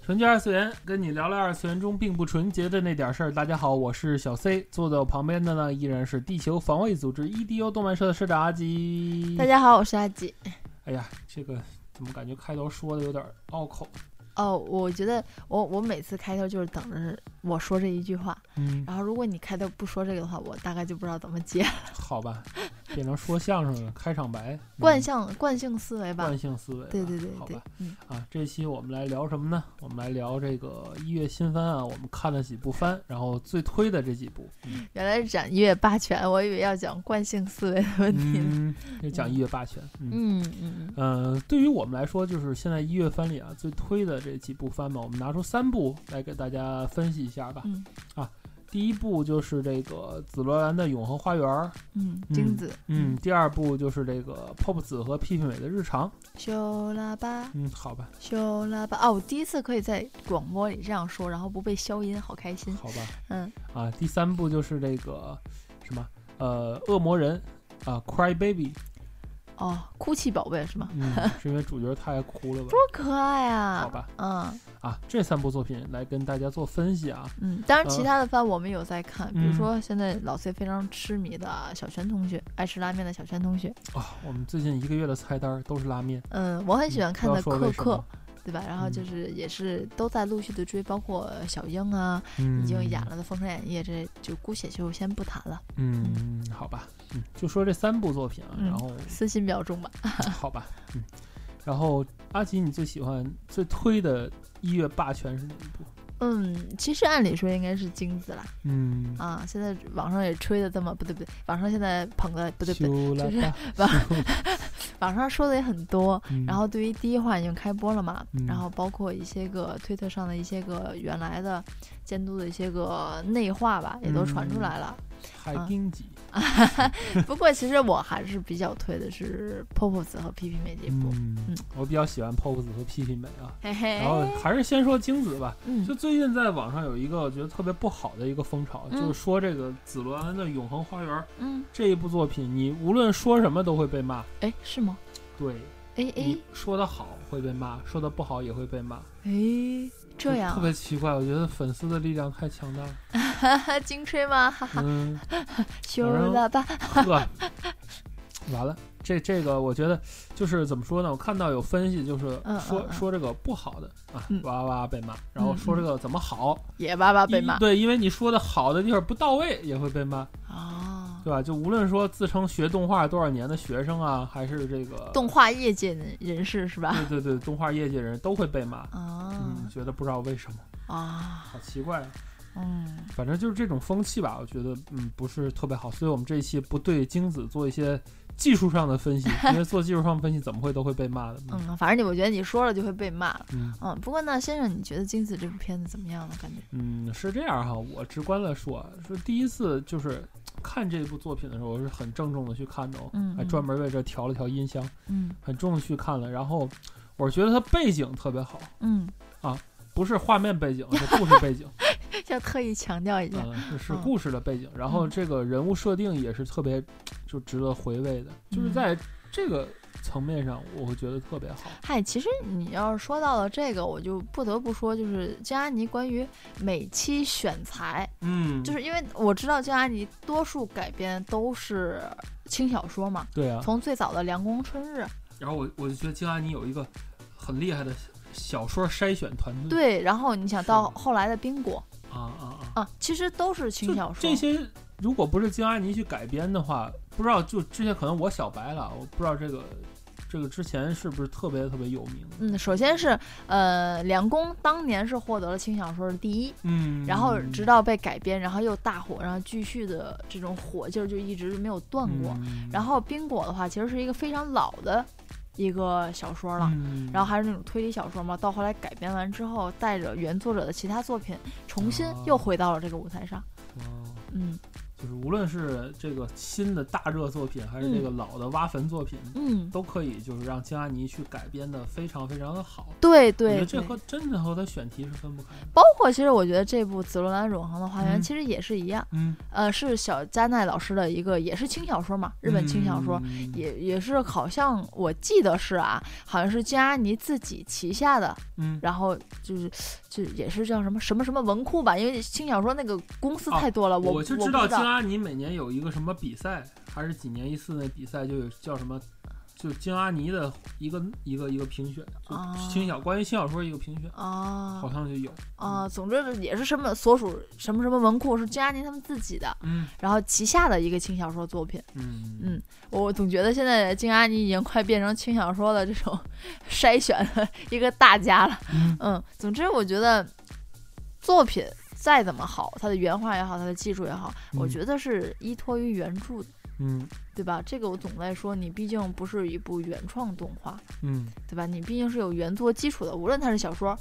纯洁二次元，跟你聊聊二次元中并不纯洁的那点事儿。大家好，我是小 C，坐在我旁边的呢依然是地球防卫组织 EDO 动漫社的社长阿吉。大家好，我是阿吉。哎呀，这个怎么感觉开头说的有点拗口？哦，我觉得我我每次开头就是等着我说这一句话，嗯，然后如果你开头不说这个的话，我大概就不知道怎么接。好吧，变成说相声了，开场白，惯性、性惯性思维吧惯。性思维吧，对对对好吧对。，嗯，啊，这期我们来聊什么呢？我们来聊这个一月新番啊，我们看了几部番，然后最推的这几部。原来是讲一月霸权，我以为要讲惯性思维的问题呢。嗯，就讲一月霸权。嗯，嗯嗯呃，对于我们来说，就是现在一月番里啊最推的这几部番嘛，我们拿出三部来给大家分析一下吧。啊嗯第一部就是这个紫罗兰的《永恒花园》，嗯，精子。嗯，，第二部就是这个 Pop 子和屁屁美的日常。修拉巴，嗯，好吧，修拉巴。哦，我第一次可以在广播里这样说，然后不被消音，好开心。好吧。嗯啊，第三部就是这个什么呃，恶魔人啊，Cry Baby。哦，哭泣宝贝是吗？嗯，是因为主角太哭 了吧？多可爱啊！好吧，嗯啊，这三部作品来跟大家做分析啊。嗯，当然呃其他的番我们有在看，比如嗯说现在老 C 非常痴迷的啊小泉同学，爱吃拉面的小泉同学，啊，我们最近一个月的菜单都是拉面。嗯，我很喜欢看的不要说克为什克么，，对吧？然后嗯就是也是都在陆续的追，包括小樱啊，嗯，已经演了的《封神演义》，这就姑且就先不谈了，嗯，好吧，嗯，就说这三部作品啊，嗯然后、私心表忠吧。好吧，嗯，然后阿吉，你最喜欢最推的一月霸权是哪一部？嗯，其实按理说应该是金子啦，嗯，啊，现在网上也吹的这么不对不对，网上现在捧的不对不对，修拉就是巴，网上说的也很多，嗯然后对于第一话已经开播了嘛，嗯然后包括一些个推特上的一些个原来的监督的一些个内化吧，也都传嗯出来了。海啊丁吉，不过其实我还是比较推的是 Popo 子和 P P 妹这部，嗯嗯，哎我比较喜欢 Pop 子和屁屁美啊。嘿嘿然，后还是先说精子吧，嗯就最近在网上有一个我觉得特别不好的一个风潮，嗯就是说这个紫罗兰的《永恒花园》嗯，这一部作品，你无论说什么都会被骂。哎是吗？对，哎哎你说的好会被骂，说的不好也会被骂，哎，这就样特别奇怪。我觉得粉丝的力量太强大 了。啊精吹吗？哈哈，嗯，修了吧，呵，完了，这这个我觉得就是怎么说呢？我看到有分析，就是嗯说、嗯嗯说这个不好的啊嗯，哇哇被骂，然后嗯说这嗯个怎么好，也巴巴被因骂对，因为你说的好的地方不到位也会被骂。啊。对吧？就无论说自称学动画多少年的学生啊，还是这个动，画业界的人士是吧？对对对，动画业界人都会被骂。嗯，啊觉得不知道为什么，啊，好奇怪啊。嗯反正就是这种风气吧，我觉得嗯不是特别好，所以我们这一期不对精子做一些技术上的分析，因为做技术上分析怎么会都会被骂的。嗯嗯，反正你我觉得你说了就会被骂了。嗯嗯，不过呢，先生，你觉得《金子》这部片子怎么样呢？ 感觉，嗯，是这样哈，我直观的说，说第一次就是看这部作品的时候，我是很郑重的去看的、哦，嗯还嗯专门为这调了调音箱，嗯很重的去看了。然后我觉得它背景特别好，嗯，不是画面背景，是故事背景，要特意强调一下，嗯，是是故事的背景。然后这个人物设定也是特别，就值得回味的，就是在这个层面上，我会觉得特别好。嗨，其实你要是说到了这个，我就不得不说，就是江阿尼关于每期选材，嗯就是因为我知道江阿尼多数改编都是轻小说嘛，对啊。嗯从最早的《凉宫春日》然后我我就觉得金安妮有一个很厉害的小说筛选团队，对，然后你想是到后来的《冰果啊啊啊，》啊，其实都是轻就小说，这些。如果不是金安妮去改编的话，不知道就这些可能我小白了，我不知道这个这个之前是不是特别特别有名。嗯，首先是呃，梁宫当年是获得了轻小说的第一，嗯然后直道到被改编，然后又大火，然后继续的嗯这种火劲儿就一直没有断过。然后冰果的话，其实是一个非常老的一个小说了。嗯，然后还是那种推理小说嘛，到后来改编完之后，带着原作者的其他作品，重新哦又回到了这个舞台上。哦嗯就是无论是这个新的大热作品，还是这个老的挖坟作品，嗯，都可以就是让青阿尼去改编的非常非常的好。对我觉对得这对，和真的和他选题是分不开的。包括其实我觉得这部《紫罗兰永恒的花园》嗯其实也是一样，嗯，呃，是小加奈老师的一个也是轻小说嘛，日本轻小说。嗯也也是好像我记得是啊，好像是金阿尼自己旗下的，嗯，然后就是就也是叫什么什么什么文库吧，因为轻小说那个公司太多了，我哦我就不知知道青阿尼每年有一个什么比赛，还是几年一次那比赛，就有叫什么，就金阿尼的一个一个一个评选，就啊轻小关于轻小说一个评选，啊好像就有。啊，总之也是什么所属什么什么文库是金阿尼他们自己的，嗯然后旗下的一个轻小说作品。嗯嗯我总觉得现在金阿尼已经快变成轻小说的这种 筛选的一个大家了。嗯嗯，总之我觉得作品再怎么好，它的原画也好，它的技术也好，我嗯觉得是依托于原著的，嗯对吧？这个我总的来说，你毕竟不是一部原创动画，嗯对吧？你毕竟是有原作基础的，无论它是小说。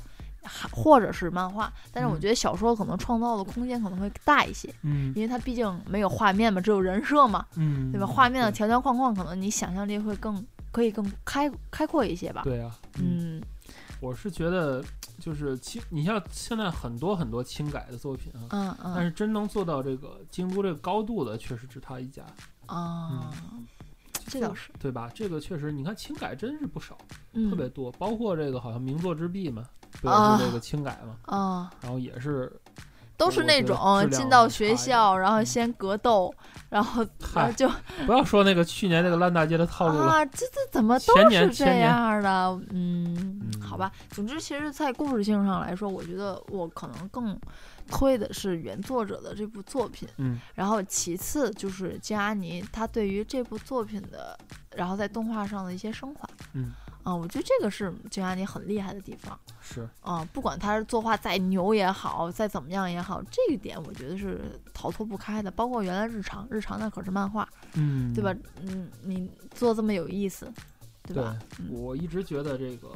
还或者是漫画，但是我嗯觉得小说可能创造的空间可能会大一些，嗯因为它毕竟没有画面嘛，只有人设嘛，嗯，对吧？画面的条条框框，可能你想象力会更可以更开开阔一些吧。对啊，嗯我是觉得就是轻，你像现在很多很多轻改的作品啊，嗯但嗯是真能做到这个京都这个高度的，确实只他一家，啊，嗯这倒是，对吧？这个确实，你看轻改真是不少，嗯，特别多，包括这个好像名作之壁嘛，不也啊是这个轻改嘛，啊，然后也是 都是那种我觉得质量进到学校，然后嗯先格斗，然后然后 嗨，就不要说那个去年那个烂大街的套路了，啊，这这怎么前都年是这前年样的？嗯，嗯好吧。总之，其实，在故事性上来说，我觉得我可能更推的是原作者的这部作品。嗯然后其次就是金阿尼他对于这部作品的，然后在动画上的一些升华。嗯，啊，我觉得这个是金阿尼很厉害的地方是，啊，不管他是作画再牛也好，再怎么样也好，这一点我觉得是逃脱不开的。包括原来日常，日常那可是漫画，嗯，对吧？？嗯，你做这么有意思，对对吧？嗯我一直觉得这个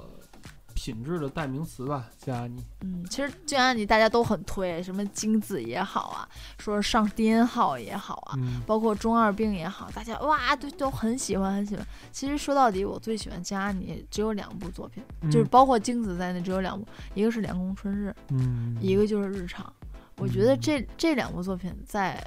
品质的代名词吧，加尼，嗯，其实金阿尼大家都很推，什么精子也好啊，说上颠号也好啊，嗯包括中二病也好，大家哇对都很喜欢很喜欢。其实说到底，我最喜欢金阿尼只有两部作品，就是包括精子在内只有两部，一个是《凉宫春日》，嗯，一个就是《日常》。我觉得这这两部作品在。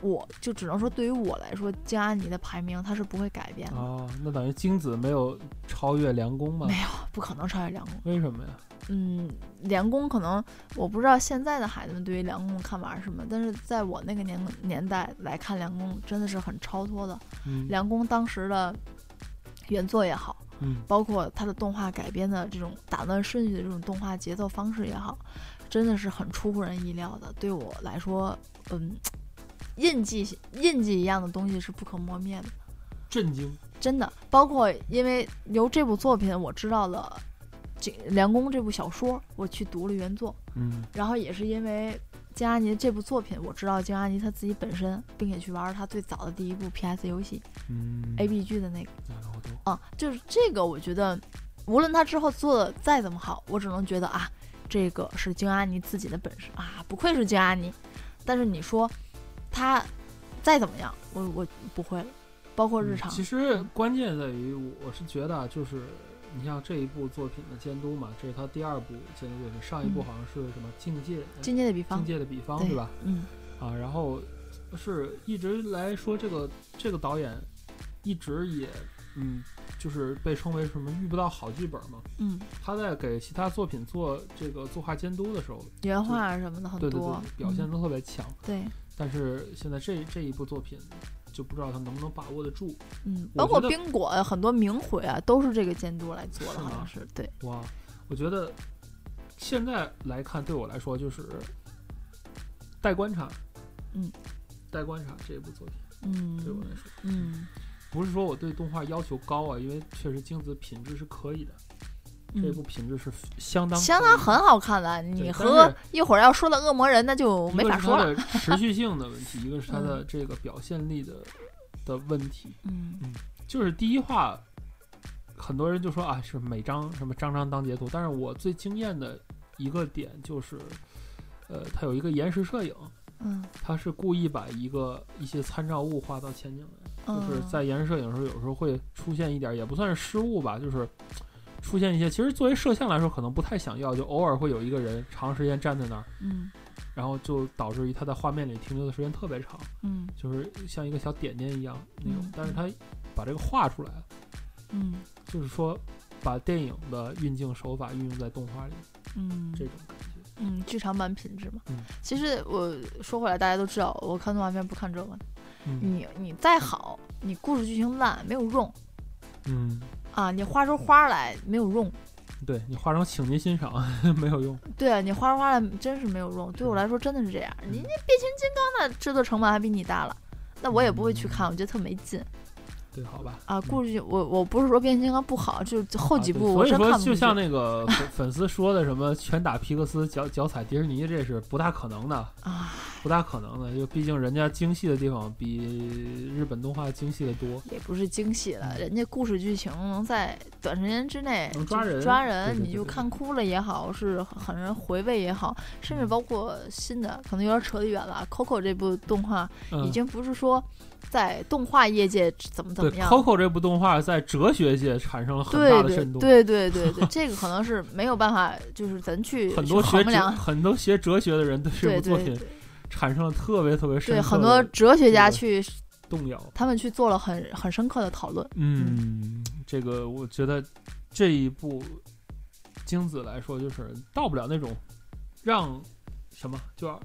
我就只能说，对于我来说，金阿尼的排名它是不会改变的，哦，那等于精子没有超越梁公吗？没有不可能超越梁宫。为什么呀？嗯，梁宫可能我不知道现在的孩子们对于梁宫的看法是什么，但是在我那个年年代来看，梁宫真的是很超脱的。嗯梁宫当时的原作也好，嗯包括他的动画改编的这种打乱顺序的这种动画节奏方式也好，真的是很出乎人意料的。对我来说，嗯，印记印记一样的东西是不可磨灭的，震惊，真的。包括因为由这部作品，我知道了这梁宫这部小说，我去读了原作，嗯然后也是因为。金阿尼这部作品，我知道金阿尼他自己本身，并且去玩他最早的第一部 PS 游戏嗯 ABG 的那个。然后都啊，就是这个，我觉得无论他之后做的再怎么好，我只能觉得啊，这个是京阿尼自己的本事啊，不愧是京阿尼。但是你说他再怎么样，我我不会了，包括日嗯常，其实关键在于，我是觉得啊，就是你像这一部作品的监督嘛，这是他第二部监督作品，上一部嗯好像是什么境界境界的比方境，界的比方对对吧？嗯啊，然后是一直来说这个这个导演一直也嗯，就是被称为什么遇不到好剧本嘛。嗯，他在给其他作品做这个作画监督的时候，原画什么的很对对多对，，表现嗯、都特别强。对，但是现在这这一部作品，就不知道他能不能把握得住。嗯，我包括觉得冰果很多名回啊，都是这个监督来做是的，好吗像是对，哇，我觉得现在来看，对我来说就是待观察，嗯，待观察这一部作品对我嗯来说，嗯不是说我对动画要求高啊，因为确实精子品质是可以的，这部嗯。品质是相当相可当以的很好看的，你对和但是一会儿要说的恶魔人，那就一没个法是说它了。的持续性的问 题，一个是它的这个表现力的的问题。嗯就是第一话很多人就说啊，是每张什么张张当截图，但是我最惊艳的一个点就是，呃，它有一个延时摄影，嗯，它是故意把一个一些参照物画到前景来，就是嗯在延时摄影的时候，有时候会出现一点，也不算是失误吧，就是出现一些，其实作为摄像来说，可能不太想要，就偶尔会有一个人长时间站在那儿，嗯然后就导致于他在画面里停留的时间特别长，嗯就是像一个小点点一样那种嗯，但是他把这个画出来了。嗯就是说把电影的运镜手法运用在动画里嗯，这种感觉。嗯，剧场版品质嘛。嗯其实我说回来，大家都知道，我看动画片不看这个。嗯你你再好，你故事剧情烂没有用嗯，啊！你画出花来没有用，对你画成请您欣赏 没有用。对啊，你画出花来真是没有用。对我来说真的是这样。嗯你那变形金刚的制作成本还比你大了，那我也不会去嗯看，我觉得特没劲对，好吧。啊！故事剧我我不是说变形金刚不好，就是后后几部我真啊所以说看就不进去像那个粉粉丝说的什么拳打皮克斯，脚脚踩迪士尼，这是不大可能的，啊，不大可能的。就毕竟人家精细的地方比日本动画精细的多。也不是精细了，人家故事剧情能在短时间之内能抓就是人抓对对人对你就对嗯看哭了也好，是很让人回味也好，甚至包括新的，可能有点扯得远了。Coco 这部动画嗯，已经不是说在动画业界怎么怎对么样。 Coco 这部动画在哲学界产生了很对大的对震动。对对 对对，这个可能是没有办法，就是咱去很去多学衡哲量。很多学哲学的人对这对部作对对品产生了特别特别深对，刻很多的哲学家这去，动摇。他们去做了很很深刻的讨论。嗯，这个我觉得这一部精子来说，就是到不了那种让什么，就要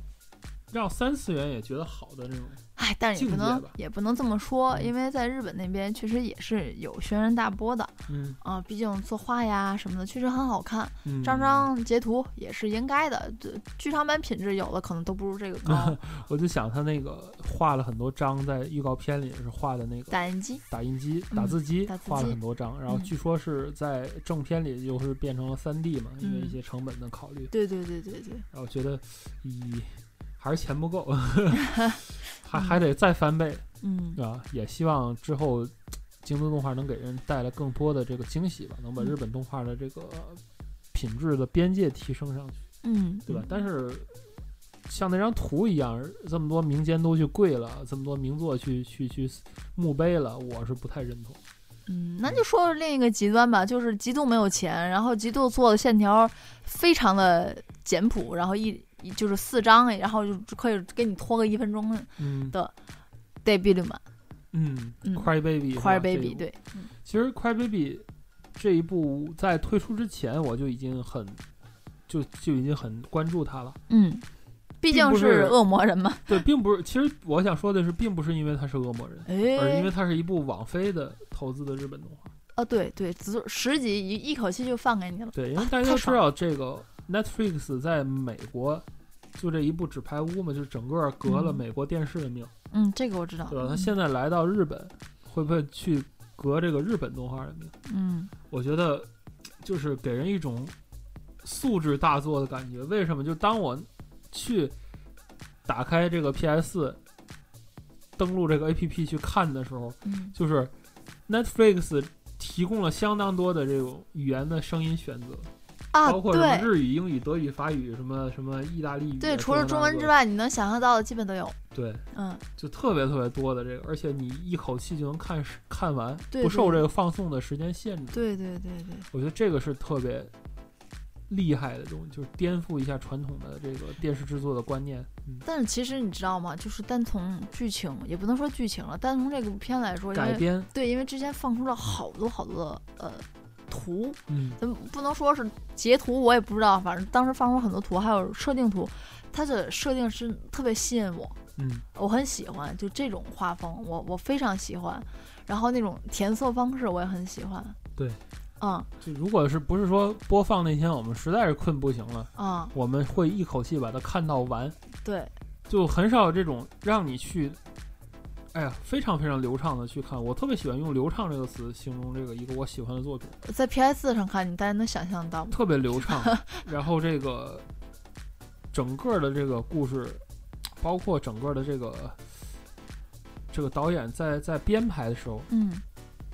让三次元也觉得好的那种。哎，但是也不境界能吧也不能这么说，嗯因为在日本那边确实也是有轩然大波的嗯啊，毕竟作画呀什么的确实很好看，嗯，张，张截图也是应该的。这剧场版品质有的可能都不如这个 高。我就想他那个画了很多张，在预告片里也是画的那个打印机，打印机、嗯打字机打字机画了很多张，然后嗯据说是在正片里又是变成了三 D 嘛，因为嗯一些成本的考虑，对对对对对，然后觉得，咦，还是钱不 够，还还得再翻倍。嗯啊，也希望之后京都动画能给人带来更多的这个惊喜吧，能把嗯日本动画的这个品质的边界提升上去，嗯，对吧？嗯但是像那张图一样，这么多民间都去跪了，这么多名作去去去墓碑了，我是不太认同。嗯，那就说另一个极端吧，就是极度没有钱，然后极度做的线条非常的简朴，然后一一就是四张，然后就可以给你拖个一分钟嗯对 b i l l m a 嗯嗯，Cry Baby，是 n 吧 Cry 这一 Baby，部对，嗯其实《Cry Baby》这一部在推出之前，我就已经很就就已经很关注它了。嗯，并毕竟不是是恶魔人嘛， 对，并不是。其实我想说的是，并不是因为它是恶魔人，而呃是因为哎，它是一部网飞的投资的日本动画。哦，对对，只十集一一口气就放给你了，对，因为大家都知道这个 Netflix 在美国就这一部《纸牌屋》嘛，就是整个革了嗯美国电视的命，嗯，这个我知道，对吧？它现在来到日本，会不会去革这个日本动画的命？嗯我觉得就是给人一种素质大作的感觉。为什么？就当我去打开这个 PS，登录这个 APP 去看的时候，嗯就是 Netflix 提供了相当多的这种语言的声音选择，啊，包括什么对日语、英语、德语、法语，什么什么意大利语啊。对，除了中文之这那个，外，你能想象到的基本都有，对，嗯，就特别特别多的这个，而且你一口气就能看看完，对不受对这个放送的时间限制。对对对对。我觉得这个是特别厉害的东西，就是颠覆一下传统的这个电视制作的观念。嗯，但是其实你知道吗？就是单从剧情，也不能说剧情了，单从这个片来说，因改为编，对，因为之前放出了好多好多的呃图，嗯，咱们不能说是截图，我也不知道，反正当时放出很多图，还有设定图，它的设定是特别吸引我，嗯，我很喜欢，就这种画风，我我非常喜欢，然后那种填色方式我也很喜欢，对，嗯就如果是不是说播放那天我们实在是困不行了，嗯，我们会一口气把它看到完，对，就很少有这种让你去，哎呀，非常非常流畅的去看。我特别喜欢用“流畅”这个词形容这个一个我喜欢的作品，在 PS 上看，你大家能想象到吗？特别流畅。然后这个整个的这个故事，包括整个的这个呃这个导演在在编排的时候，嗯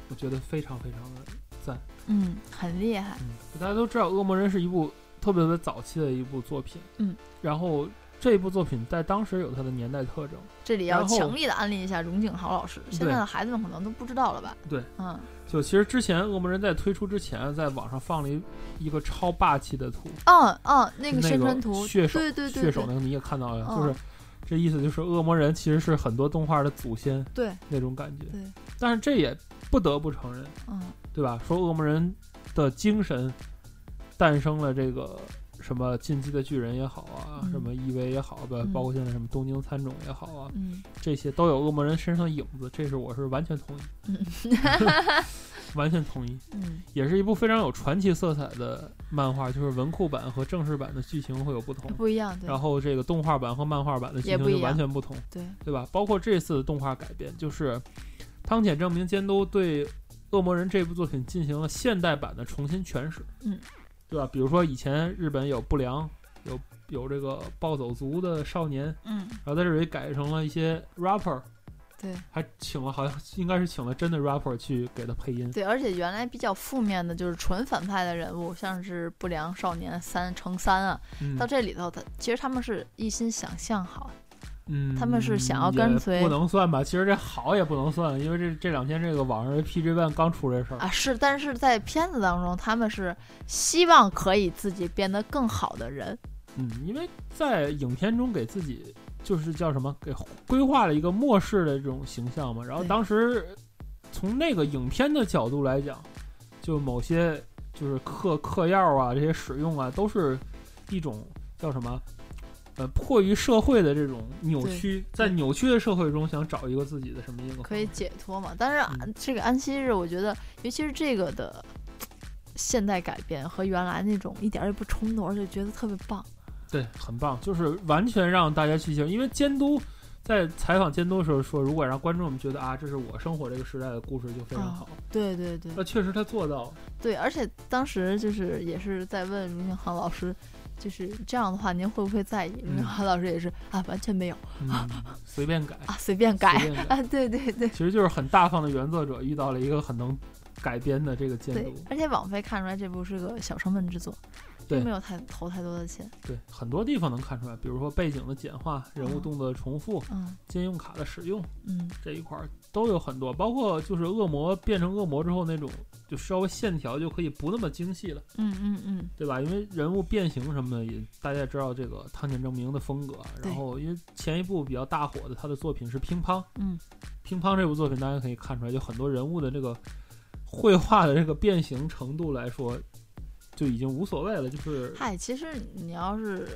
我觉得非常非常的。赛。嗯，很厉害。嗯，大家都知道，《恶魔人》是一部特别特别早期的一部作品。嗯，然后这部作品在当时有它的年代特征。这里要然后强力的安利一下荣景豪老师，现在对的孩子们可能都不知道了吧？对，嗯，就其实之前《恶魔人》在推出之前，在网上放了一一个超霸气的图，嗯嗯，那那个宣传图，血手对对对血手那对个你也看到了，嗯就是这意思就是恶魔人其实是很多动画的祖先对那种感觉。对，但是这也不得不承认，嗯对吧？说恶魔人的精神诞生了这个什么进击的巨人也好啊，嗯什么 EV 也好吧，嗯包括现在什么东京参种也好啊，嗯这些都有恶魔人身上的影子，这是我是完全同意，嗯 完全同意。嗯也是一部非常有传奇色彩的漫画，就是文库版和正式版的剧情会有不同，不一样，对哦然后这个动画版和漫画版的剧也情不一就样完全不同，对，对吧？包括这次的动画改编，就是汤浅证明监督对《恶魔人》这部作品进行了现代版的重新诠释，嗯，对吧？比如说以前日本有不良，有有这个暴走族的少年，嗯然后在这里改成了一些 rapper，对还请了好像应该是请了真的 rapper 去给他配音，对，而且原来比较负面的就是纯反派的人物，像是不良少年三乘三啊，嗯到这里头他其实他们是一心想象好，嗯，他们是想要也跟随不能算吧？其实这好也不能算，因为这这两天这个网上 PG One 刚出这事儿，啊，是，但是在片子当中，他们是希望可以自己变得更好的人。嗯，因为在影片中给自己就是叫什么，给规划了一个末世的这种形象嘛。然后对当时从那个影片的角度来讲，就某些就是嗑嗑药啊，这些使用啊，都是一种叫什么？呃，迫于社会的这种扭对曲，在对扭曲的社会中，想找一个自己的什么样的可以方式解脱嘛。但是啊嗯这个安息日，我觉得，尤其是这个的现代改编和原来那种一点儿也不冲突，而且觉得特别棒。对，很棒，就是完全让大家去接受。因为监督在采访监督的时候说，如果让观众们觉得啊，这是我生活这个时代的故事，就非嗯常好。对对对那确实他做 到了。呃对，而且当时就是也是在问卢景航老师，就是这样的话，您会不会在意？卢景嗯航老师也是啊，完全没有嗯，随便改，啊，随便 改随便改，啊，对对对。其实就是很大方的原作者遇到了一个很能改编的这个监对督，，而且网飞看出来这部是个小成本制作，并对没有太投太多的钱。对很多地方能看出来，比如说背景的简化、人物嗯动作的重复、嗯借用卡的使用嗯这一块儿都有很多，包括就是恶魔变成恶魔之后那种，就稍微线条就可以不那么精细了。嗯嗯嗯，对吧？因为人物变形什么的，也大家也知道这个汤浅证明的风格。对然后，因为前一部比较大火的他的作品是《乒乓》，嗯， 《乒乓》这部作品大家可以看出来，就很多人物的这个绘画的这个变形程度来说，就已经无所谓了。就是嗨，其实你要是，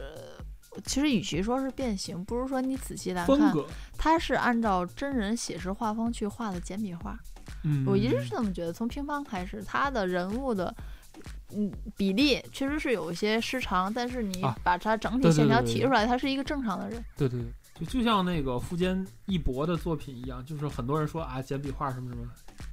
其实与其说是变形，不如说你仔细来风看，格，它是按照真人写实画风去画的简笔画。嗯，我一直是这么觉得，从乒乓开始，它的人物的。嗯，比例确实是有一些失常，但是你啊把它整体对对线条对对提对出来，他是一个正常的人。对对对，就就像那个富坚义博的作品一样，就是很多人说啊简笔画什么什么，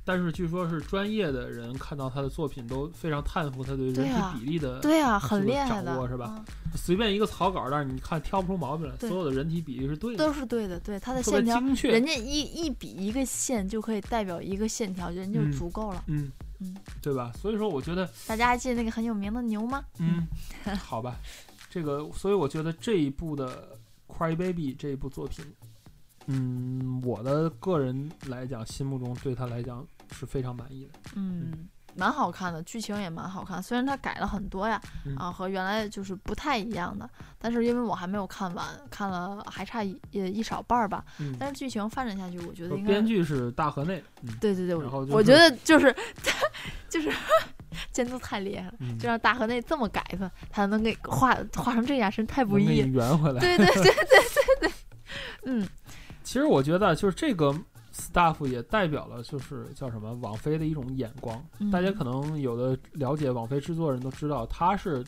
但是据说是专业的人看到他的作品都非常叹服他对人对体啊比例的对啊，是很个厉害掌的，握是吧嗯随便一个草稿，但是你看挑不出毛病来，对所有的人体比例是对的，嗯都是对的。对它的特别线 条精确人。家一一笔一个线就可以代表一个线条，人就嗯足够了。嗯嗯，对吧？所以说，我觉 得，大家还记得那个很有名的牛吗？嗯，好吧，这个，所以我觉得这一部的《Cry Baby》这一部作品，嗯，我的个人来讲，心目中对他来讲是非常满意的。嗯，蛮好看的，剧情也蛮好看。虽然它改了很多呀，嗯啊，和原来就是不太一样的。但是因为我还没有看完，看了还差一也一少半儿吧。嗯，但是剧情发展下去，我觉得应该编剧是大河内，嗯对对对，我然后就是我觉得就是 就是。 监督太厉害了，嗯，就让大河内这么改他，他能给画画成这样，真太不能易给了你。圆回来。对对对对对对，嗯，其实我觉得，啊就是这个 staff 也代表了，就是叫什么网飞的一种眼光。嗯大家可能有的了解网飞制作人都知道，他是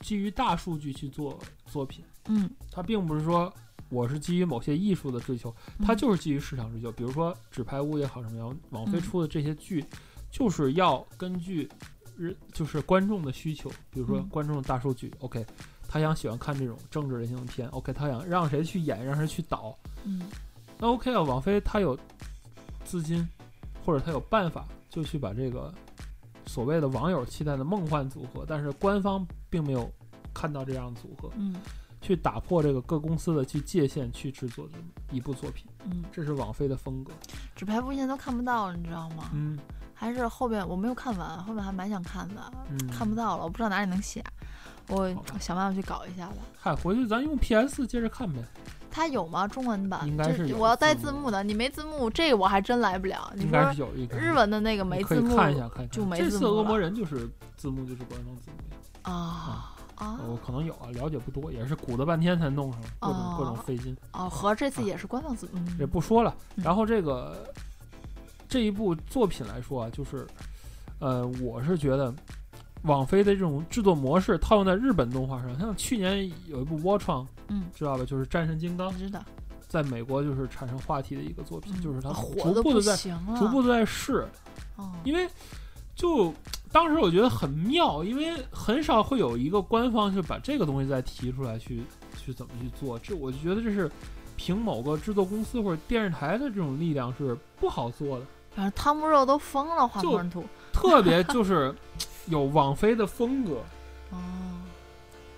基于大数据去做作品，嗯，他并不是说我是基于某些艺术的追求，他嗯就是基于市场追求。比如说《纸牌屋》也好，什么样，网飞嗯出的这些剧，就是要根据人就是观众的需求，比如说嗯观众的大数据、o k 他想喜欢看这种政治类型的片，OK，他想让谁去演，让谁去导，嗯那 OK 啊，网飞他有资金，或者他有办法，就去把这个所谓的网友期待的梦幻组合，但是官方并没有看到这样的组合，嗯去打破这个各公司的去界限去制作这么一部作品，嗯，这是网飞的风格。纸牌屋现在都看不到了，你知道吗？嗯还是后面我没有看完，后面还蛮想看的，嗯，看不到了，我不知道哪里能下，我好吧想办法去搞一下吧。嗨，回去咱用 PS 接着看呗。它有吗？中文版？应该是这有我要带字字幕幕的，你没字幕，这个我还真来不了。你应说该是有一个日文的那个没可字以幕看一下，看一下。就没这字次幕恶魔了人就是字幕就是官方字幕呀，啊啊我、可能有啊，了解不多，也是鼓捣半天才弄上，各种、各种哦费劲，哦，合着这次也是官方字幕，啊也嗯不说了。嗯然后这个这一部作品来说啊，就是呃，我是觉得网飞的这种制作模式套用在日本动画上，像去年有一部《w a t c h o n 嗯，知道吧？就是《战神金刚我》知道，在美国就是产生话题的一个作品，嗯就是它火逐的步的在行啊了，逐步的在试，哦，因为就当时我觉得很妙，因为很少会有一个官方去把这个东西再提出来去去怎么去做，这我就觉得这是凭某个制作公司或者电视台的这种力量是不好做的，反正汤姆肉都疯了，画就风图，特别就是有网飞的风格，哦，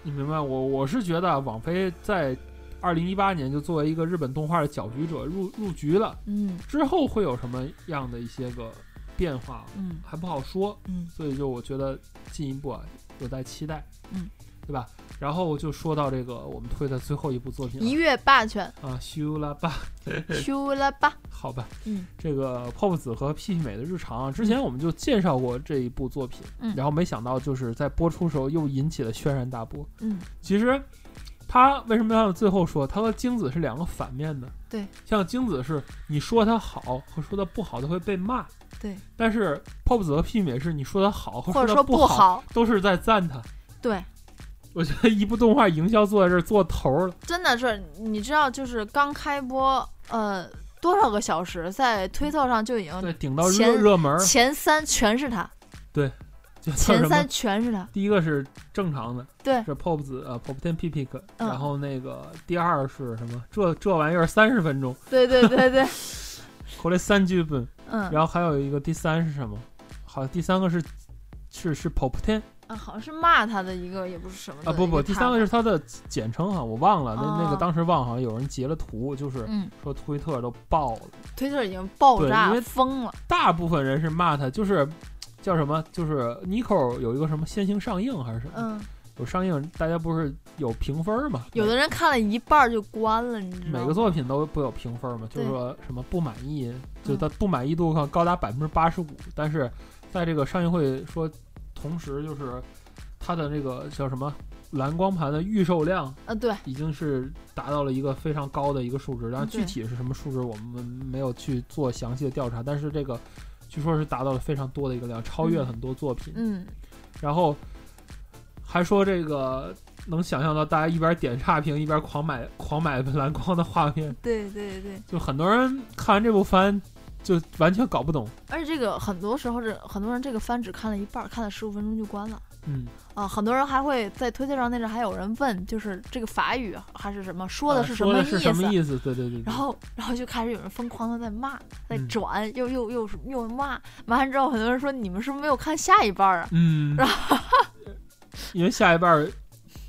你明白我我是觉得啊网飞在。二零一八年就作为一个日本动画的搅局者入入局了，嗯之后会有什么样的一些个变化嗯还不好说。嗯所以就我觉得进一步啊有待期待，嗯，对吧？然后就说到这个我们推的最后一部作品 一了跃 霸权，啊，修拉吧，修了吧，好吧，嗯这个泡泡子和屁屁美的日常啊，之前我们就介绍过这一部作品，嗯然后没想到就是在播出时候又引起了轩然大波。嗯其实他为什么要最后说他和京子是两个反面的？对，像京子是你说他好和说他不好，他会被骂。对，但是泡泡子和屁屁美是你说他好和或者他说不好，好，都是在赞他。对，我觉得一部动画营销做到这儿做头儿了，真的是，你知道，就是刚开播，呃，多少个小时，在推特上就已经对，顶到热嗯前热门儿，前三全 是他，就叫前什么三？全 是他，第一个是正常的，对是 Pop 子呃 Pop Ten P Pick，嗯然后那个第二是什么？这这玩意儿三十分钟，对对对对，后来三剧本，嗯，然后还有一个第三是什么？好，第三个是是是 Pop Ten 啊，好像是骂他的一个，也不是什么啊，的不嗯一不，看第三个法是它的简称哈，我忘了，那那个哦当时忘，好像有人截了图，就是嗯，说推特都爆了。推特已经爆对因炸为疯了，大部分人是骂他，就是叫什么，就是 Nico 有一个什么先行上映还是什么，嗯，有上映，大家不是有评分嘛？有的人看了一半儿就关了，你知道每吗？个作品都不有评分嘛，就对嗯是说什么不满意，就它不满意度高高达百分之八十五，但是在这个上映会说，同时就是它的那个叫什么蓝光盘的预售量啊，对，已经是达到了一个非常高的一个数值，然后具对体是什么数值我们没有去做详细的调查，但是这个据说是达到了非常多的一个量，超越了很多作品，嗯，然后还说这个能想象到大家一边点差评一边狂买狂买蓝光的画面，对对对，就很多人看完这部番就完全搞不懂，而且这个很多时候这很多人这个番只看了一半儿，看了十五分钟就关了。嗯，啊，很多人还会在推特上那阵还有人问，就是这个法语还是什么说啊的的什么意是思？什么意思？对对对对然后，然后就开始有人疯狂的在骂，在嗯转，又又又又骂。完了之后，很多人说你们是不是没有看下一半儿啊？ 嗯，因为下一半儿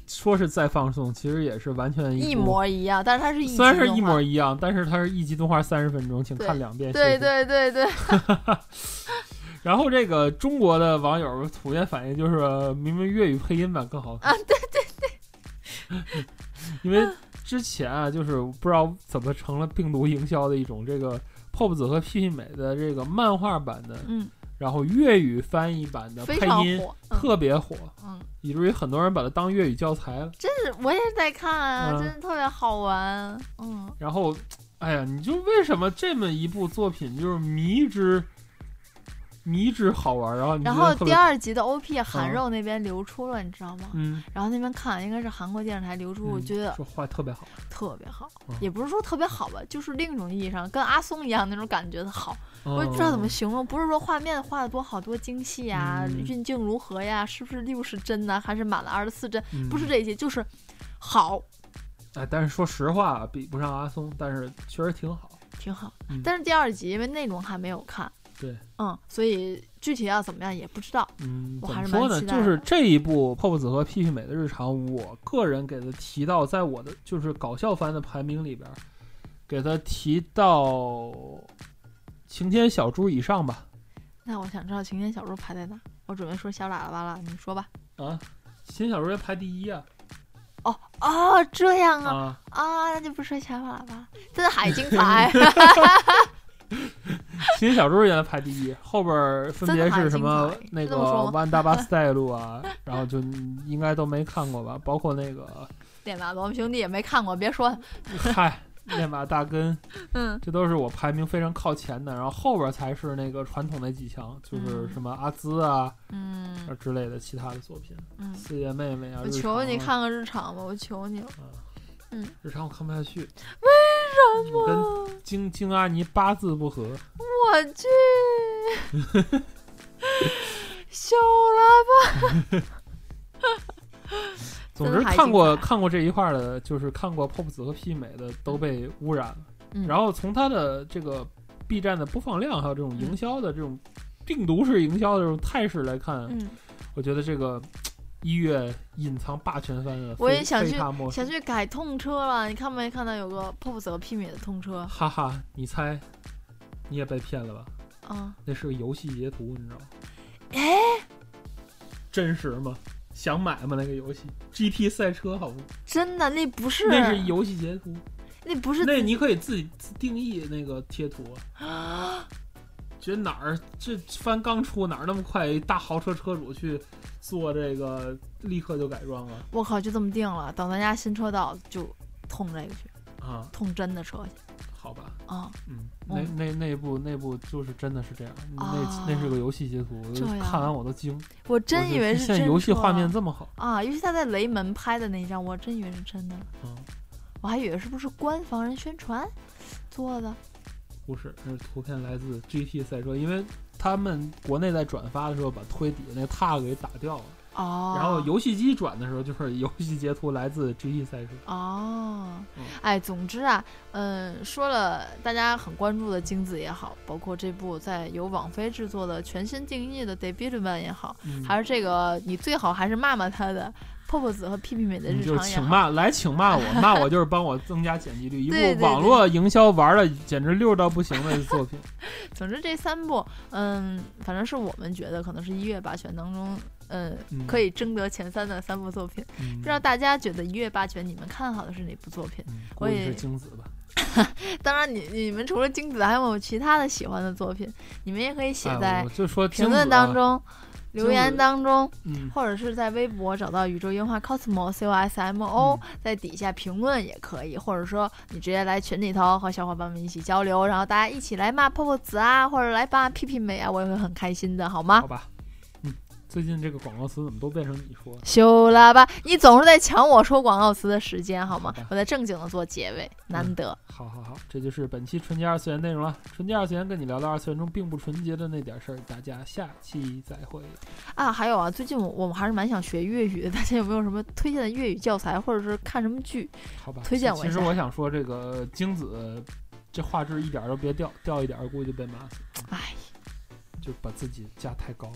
说是再放送，其实也是完全一部模一样，但是它是一虽然集是动一画模一样，但是它是一集动画三十分钟，请看两遍。对谢谢。对呃对对，然后这个中国的网友普遍反应就是，呃明明粤语配音版更好看啊！对 对对，因为之前啊，就是不知道怎么成了病毒营销的一种这个。pop 子和屁屁美的这个漫画版的，嗯，然后粤语翻译版的非配常音火，嗯特别火，嗯，以至于很多人把它当粤语教材了。真是我也是在看啊，嗯真的特别好玩，嗯，然后，哎呀，你就为什么这么一部作品就是迷之迷之好玩，然后你觉然得后特第别二集的 OP 韩嗯肉那边流出了，你知道吗？嗯，然后那边看应该是韩国电视台流出，我嗯觉得说画得特别好，特别好嗯，也不是说特别好吧，就是另一种意义上跟阿松一样那种感觉的好。我我也不知道怎么形容，不是说画面画的多好多精细呀，嗯运镜如何呀，是不是六十帧呢，还是满了二十四帧？不是这这些，就是好，嗯哎，但是说实话，比不上阿松，但是确实挺好。挺好嗯。但是第二集因为内容还没有看，对，嗯，所以具体要怎么样也不知道。嗯，我怎还么是说蛮呢？期待就是的这一部《泡泡子和屁屁美的日常》，我个人给它提到，在我的就是搞笑番的排名里边儿，给它提到晴天小猪以上吧。那我想知道晴天小猪排在哪？我准备说小喇叭了，你说吧。啊，晴天小猪排第一啊！哦哦，这样啊啊，啊，那就不说小喇叭了，真的海精 排，晴天小猪原来排第一，后边儿分别是什么真的还精彩那是这么说个吗万大巴斯带 路啊，然后就应该都没看过吧，包括那个脸吧，我们兄弟也没看过，别说了。 嗨。练马大根，嗯这都是我排名非常靠前的，然后后边儿才是那个传统那几强，就是嗯什么阿兹啊，啊嗯之类的其他的作品，嗯，四叶妹妹啊，我日求你常啊啊看个日常吧，我求你了。嗯日常我看不下去，为什么？跟哦京京阿尼八字不合，我 去，小喇叭，总真的之还看过精彩看过这一块儿的，就是看过 pop 子和 P 美的都被污染了，嗯然后从它的这个 B 站的播放量，还有这嗯种营销的这种病毒式营销的这种态势来看，嗯，我觉得这个。一月隐藏霸权番的，我也想去非他莫属想去改痛车了，你看没看到有个 pop 和媲美的痛车？哈哈，你猜，你也被骗了吧？嗯，那是个游戏截图，你知道吗？哎，真实吗？想买吗？那个游戏 GT 赛车好吗？真的，那不是，那是游戏截图，那不是那你可以自己自定义那个贴图啊。啊，觉得哪儿这番刚出，哪儿那么快？一大豪车车主去做这个，立刻就改装了我靠，就这么定了，等咱家新车到就痛这个去，啊？痛真的车去好吧，啊、嗯，那嗯那那部那部就是真的是这样，啊那那是个游戏截图，这样看完我都惊，我真我以为是现在真游戏车画面这么好啊，尤其他在雷门拍的那一张，我真以为是真的，啊？我还以为是不是官方人宣传做的。不是，那是图片来自 GT 赛车，因为他们国内在转发的时候把推底下那 tag 给打掉了。哦，然后游戏机转的时候，就是游戏截图来自 GT 赛车。哦嗯，哎，总之啊，嗯，说了大家很关注的《精子》也好，包括这部在由网飞制作的全新定义的《debut 版》也好，嗯还是这个你最好还是骂骂他的《泡泡子》和《屁屁美的你日嗯就常》也请好，骂，来请骂 我，骂我就是帮我增加点击率。一对对部对网络营销玩的简直溜到不行的作品，总之这三部，嗯，反正是我们觉得可能是一月霸权当中，嗯，嗯可以争得前三的三部作品。嗯不知道大家觉得一月霸权你们看好的是哪部作品？嗯我估计也是精子吧？当然你，你们除了精子，还有没有其他的喜欢的作品？你们也可以写在、哎，我就说评精子啊论当，中、留精言子当中，嗯，或者是在微博找到宇宙樱花 cosmo c o s m 嗯 o，、在底下评论也可以，或者说你直接来群里头和小伙伴们一起交流，然后大家一起来骂泡泡子啊，或者来骂屁屁美啊，我也会很开心的，好吗好？吧，嗯，最近这个广告词怎么都变成你说的？修啦吧，你总是在抢我说广告词的时间，好吗好吧？我在正经的做结尾，难得。好好好，这就是本期纯洁二次元内容了。纯洁二次元跟你聊聊二次元中并不纯洁的那点事儿，大家下期再会。啊，还有啊，最近我我们还是蛮想学粤语的，大家有没有什么推荐的粤语教材，或者是看什么剧？好吧，推荐我一其实下我想说，这个精子这画质一点儿都别掉，掉一点儿估计就被骂死，哎，就把自己架太高了。